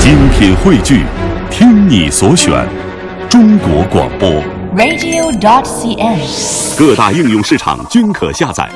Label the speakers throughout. Speaker 1: 精品汇聚，听你所选，中国广播。
Speaker 2: radio.cn。
Speaker 1: 各大应用市场均可下载。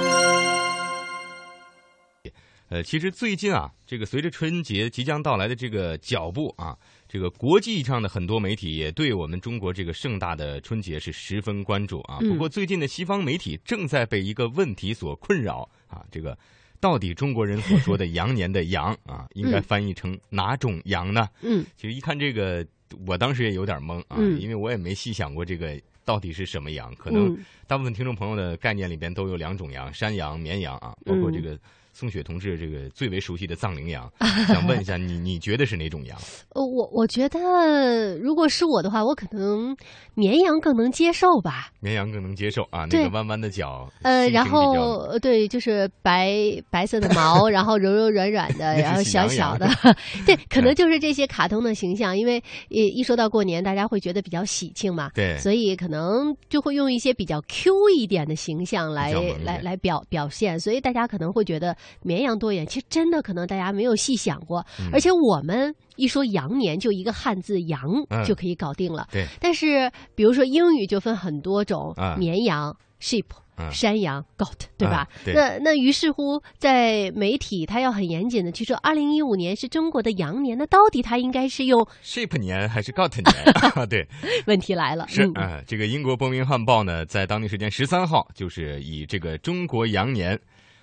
Speaker 3: 呃，其实最近啊，这个随着春节即将到来的这个脚步啊，这个国际上的很多媒体也对我们中国这个盛大的春节是十分关注啊。不过最近的西方媒体正在被一个问题所困扰啊，这个到底中国人所说的 羊年的羊啊，应该翻译成哪种羊呢？
Speaker 4: 嗯，
Speaker 3: 其实一看这个，我当时也有点懵啊，
Speaker 4: 嗯
Speaker 3: 因为我也没细想过这个。到底是什么羊？可能
Speaker 4: 嗯
Speaker 3: 大部分听众朋友的概念里边都有两种羊：山羊、绵羊啊，包括这
Speaker 4: 嗯
Speaker 3: 个宋雪同志这个最为熟悉的藏羚羊，想问一下你，你觉得是哪种羊？
Speaker 4: 呃，我我觉得如果是我的话，我可能绵羊更能接受吧。
Speaker 3: 绵羊更能接受啊？那
Speaker 4: 对
Speaker 3: 个弯弯的脚，
Speaker 4: 呃，
Speaker 3: 心情
Speaker 4: 然
Speaker 3: 比
Speaker 4: 后
Speaker 3: 较
Speaker 4: 呃对，就是白白色的 毛，然后柔柔软软的，
Speaker 3: 是
Speaker 4: 然后
Speaker 3: 喜
Speaker 4: 小
Speaker 3: 羊
Speaker 4: 小
Speaker 3: 羊
Speaker 4: 的， 对，可
Speaker 3: 嗯
Speaker 4: 能就是这些卡通的形象。因为一一说到过年，大家会觉得比较喜庆嘛，
Speaker 3: 对
Speaker 4: 所以可能就会用一些比较 Q 一点的形象来
Speaker 3: 较萌一
Speaker 4: 来
Speaker 3: 点
Speaker 4: 来表表现，所以大家可能会觉得绵羊多一点。其实真的可能大家没有细想过，
Speaker 3: 嗯
Speaker 4: 而且我们一说羊年，就一个汉字“羊”
Speaker 3: 嗯
Speaker 4: 就可以搞定了。
Speaker 3: 对，
Speaker 4: 但是，比如说英语就分很多种
Speaker 3: 啊，
Speaker 4: 绵羊 sheep
Speaker 3: 啊。
Speaker 4: 山羊 goat 对吧？
Speaker 3: 啊对
Speaker 4: 那那于是乎，在媒体他要很严谨的去说，二零一五年是中国的羊年，那到底它应该是用
Speaker 3: shape 年还是 got 年？ 对，
Speaker 4: 问题来了，
Speaker 3: 是
Speaker 4: 嗯
Speaker 3: 啊、这个英国《伯明翰报》呢，在当地时间十三号，就是以这个中国羊年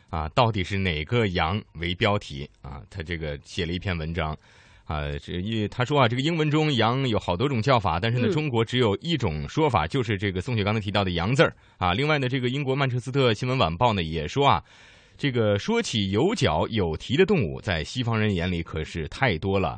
Speaker 3: 啊，到底是哪个羊为标题啊，他这个写了一篇文章。啊，这一他说啊，这个英文中羊有好多种叫法，但是呢，
Speaker 4: 嗯。
Speaker 3: 中国只有一种说法，就是这个宋雪刚才提到的“羊”字儿啊。另外呢，这个英国曼彻斯特新闻晚报呢也说啊，这个说起有角有蹄的动物，在西方人眼里可是太多了。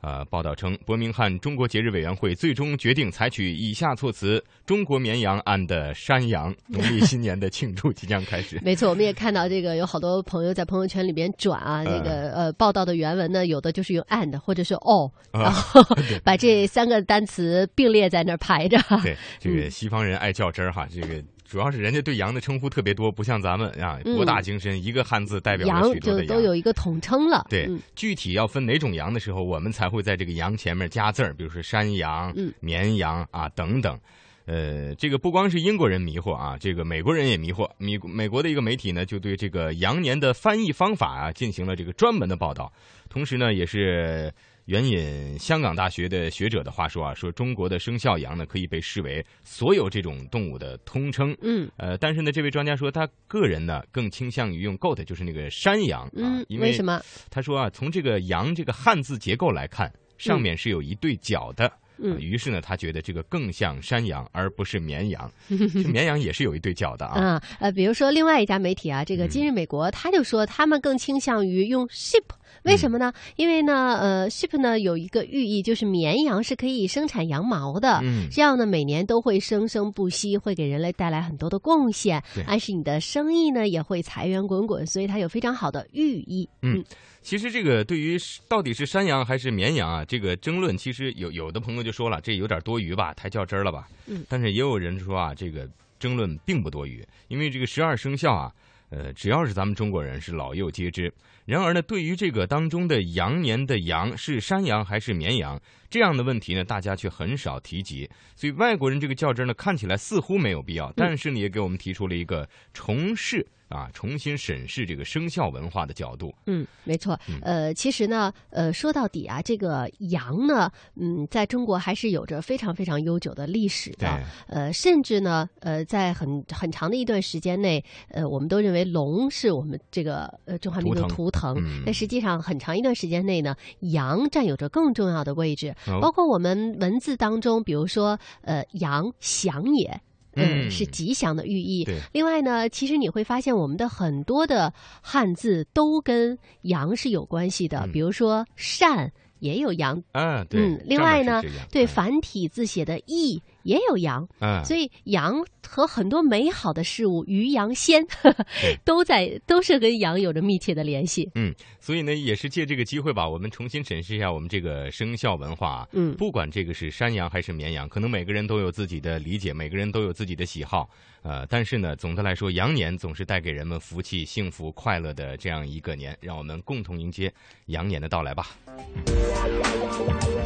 Speaker 3: 呃，报道称，伯明翰中国节日委员会最终决定采取以下措辞：中国绵羊 and 山羊。农历新年的庆祝即将开始
Speaker 4: 没错，我们也看到这个有好多朋友在朋友圈里边转
Speaker 3: 嗯
Speaker 4: 啊，这个呃报道的原文呢，有的就是用 and 或者是 all，
Speaker 3: 啊
Speaker 4: 然后 把这三个单词并列在那儿排着。
Speaker 3: 对，这
Speaker 4: 嗯
Speaker 3: 个西方人爱较真儿哈，这个主要是人家对羊的称呼特别多，不像咱们啊，博大精深，一个汉字 代表了许多
Speaker 4: 嗯就
Speaker 3: 的
Speaker 4: 都有一个统称了。
Speaker 3: 对
Speaker 4: 嗯，
Speaker 3: 具体要分哪种羊的时候，我们才会在这个羊前面加字儿，比如说山羊
Speaker 4: 嗯、
Speaker 3: 绵羊啊等等。呃，这个不光是英国人迷惑啊，这个美国人也迷惑。美美国的一个媒体呢，就对这个羊年的翻译方法啊进行了这个专门的报道，同时呢，也是援引香港大学的学者的话说啊，说中国的生肖羊呢可以被视为所有这种动物的通称。
Speaker 4: 嗯
Speaker 3: 呃，但是呢，这位专家说他个人呢更倾向于用 goat，就是那个山羊啊，
Speaker 4: 嗯，
Speaker 3: 因
Speaker 4: 为什么？
Speaker 3: 他说啊，从这个“羊”这个汉字结构来看，上面是有一对角的。
Speaker 4: 嗯
Speaker 3: 呃于是呢，他觉得这个更像山羊，而不是绵羊。这绵羊也是有一对角的啊。嗯
Speaker 4: 啊，呃，比如说另外一家媒体啊，这个《今日美国》，他就说他们更倾向于用 sheep，为什么呢？
Speaker 3: 嗯
Speaker 4: 因为呢，呃，sheep 呢有一个寓意，就是绵羊是可以生产羊毛的，
Speaker 3: 嗯
Speaker 4: 这样呢每年都会生生不息，会给人类带来很多的贡献
Speaker 3: 对，
Speaker 4: 暗示你的生意呢也会财源滚滚，所以它有非常好的寓意。
Speaker 3: 嗯其实这个对于是到底是山羊还是绵羊啊，这个争论，其实有有的朋友就说了，这有点多余吧，太较真儿了吧。
Speaker 4: 嗯
Speaker 3: 但是也有人说啊，这个争论并不多余，因为这个十二生肖啊，呃，只要是咱们中国人是老幼皆知。然而呢，对于这个当中的羊年的羊是山羊还是绵羊这样的问题呢，大家却很少提及。所以外国人这个较真呢，看起来似乎没有必要，但是呢，也给我们提出了一个重视啊，重新审视这个生肖文化的角度。
Speaker 4: 嗯，没错。呃，其实呢，呃，说到底啊，这个羊呢，嗯，在中国还是有着非常非常悠久的历史的。
Speaker 3: 哎
Speaker 4: 呃，甚至呢，呃，在很很长的一段时间内，呃，我们都认为龙是我们这个呃中华民族
Speaker 3: 图腾
Speaker 4: 图腾，
Speaker 3: 嗯
Speaker 4: 但实际上很长一段时间内呢，羊占有着更重要的位置，
Speaker 3: 哦
Speaker 4: 包括我们文字当中，比如说呃，羊祥也。
Speaker 3: 嗯
Speaker 4: 嗯，是吉祥的寓意
Speaker 3: 对。
Speaker 4: 另外呢，其实你会发现我们的很多的汉字都跟羊是有关系的，
Speaker 3: 嗯
Speaker 4: 比如说善也有羊，
Speaker 3: 啊，对。
Speaker 4: 嗯另
Speaker 3: 上面是
Speaker 4: 外呢
Speaker 3: 这样
Speaker 4: 对
Speaker 3: 嗯
Speaker 4: 繁体字写的义也有羊，
Speaker 3: 啊，
Speaker 4: 所以羊和很多美好的事物，鱼羊 鲜，都在都是跟羊有着密切的联系。
Speaker 3: 所以呢，也是借这个机会吧，我们重新审视一下我们这个生肖文化啊。
Speaker 4: 嗯
Speaker 3: 不管这个是山羊还是绵羊，可能每个人都有自己的理解，每个人都有自己的喜好。呃，但是呢，总的来说，羊年总是带给人们福气、幸福、快乐的这样一个年，让我们共同迎接羊年的到来吧。
Speaker 1: 拜。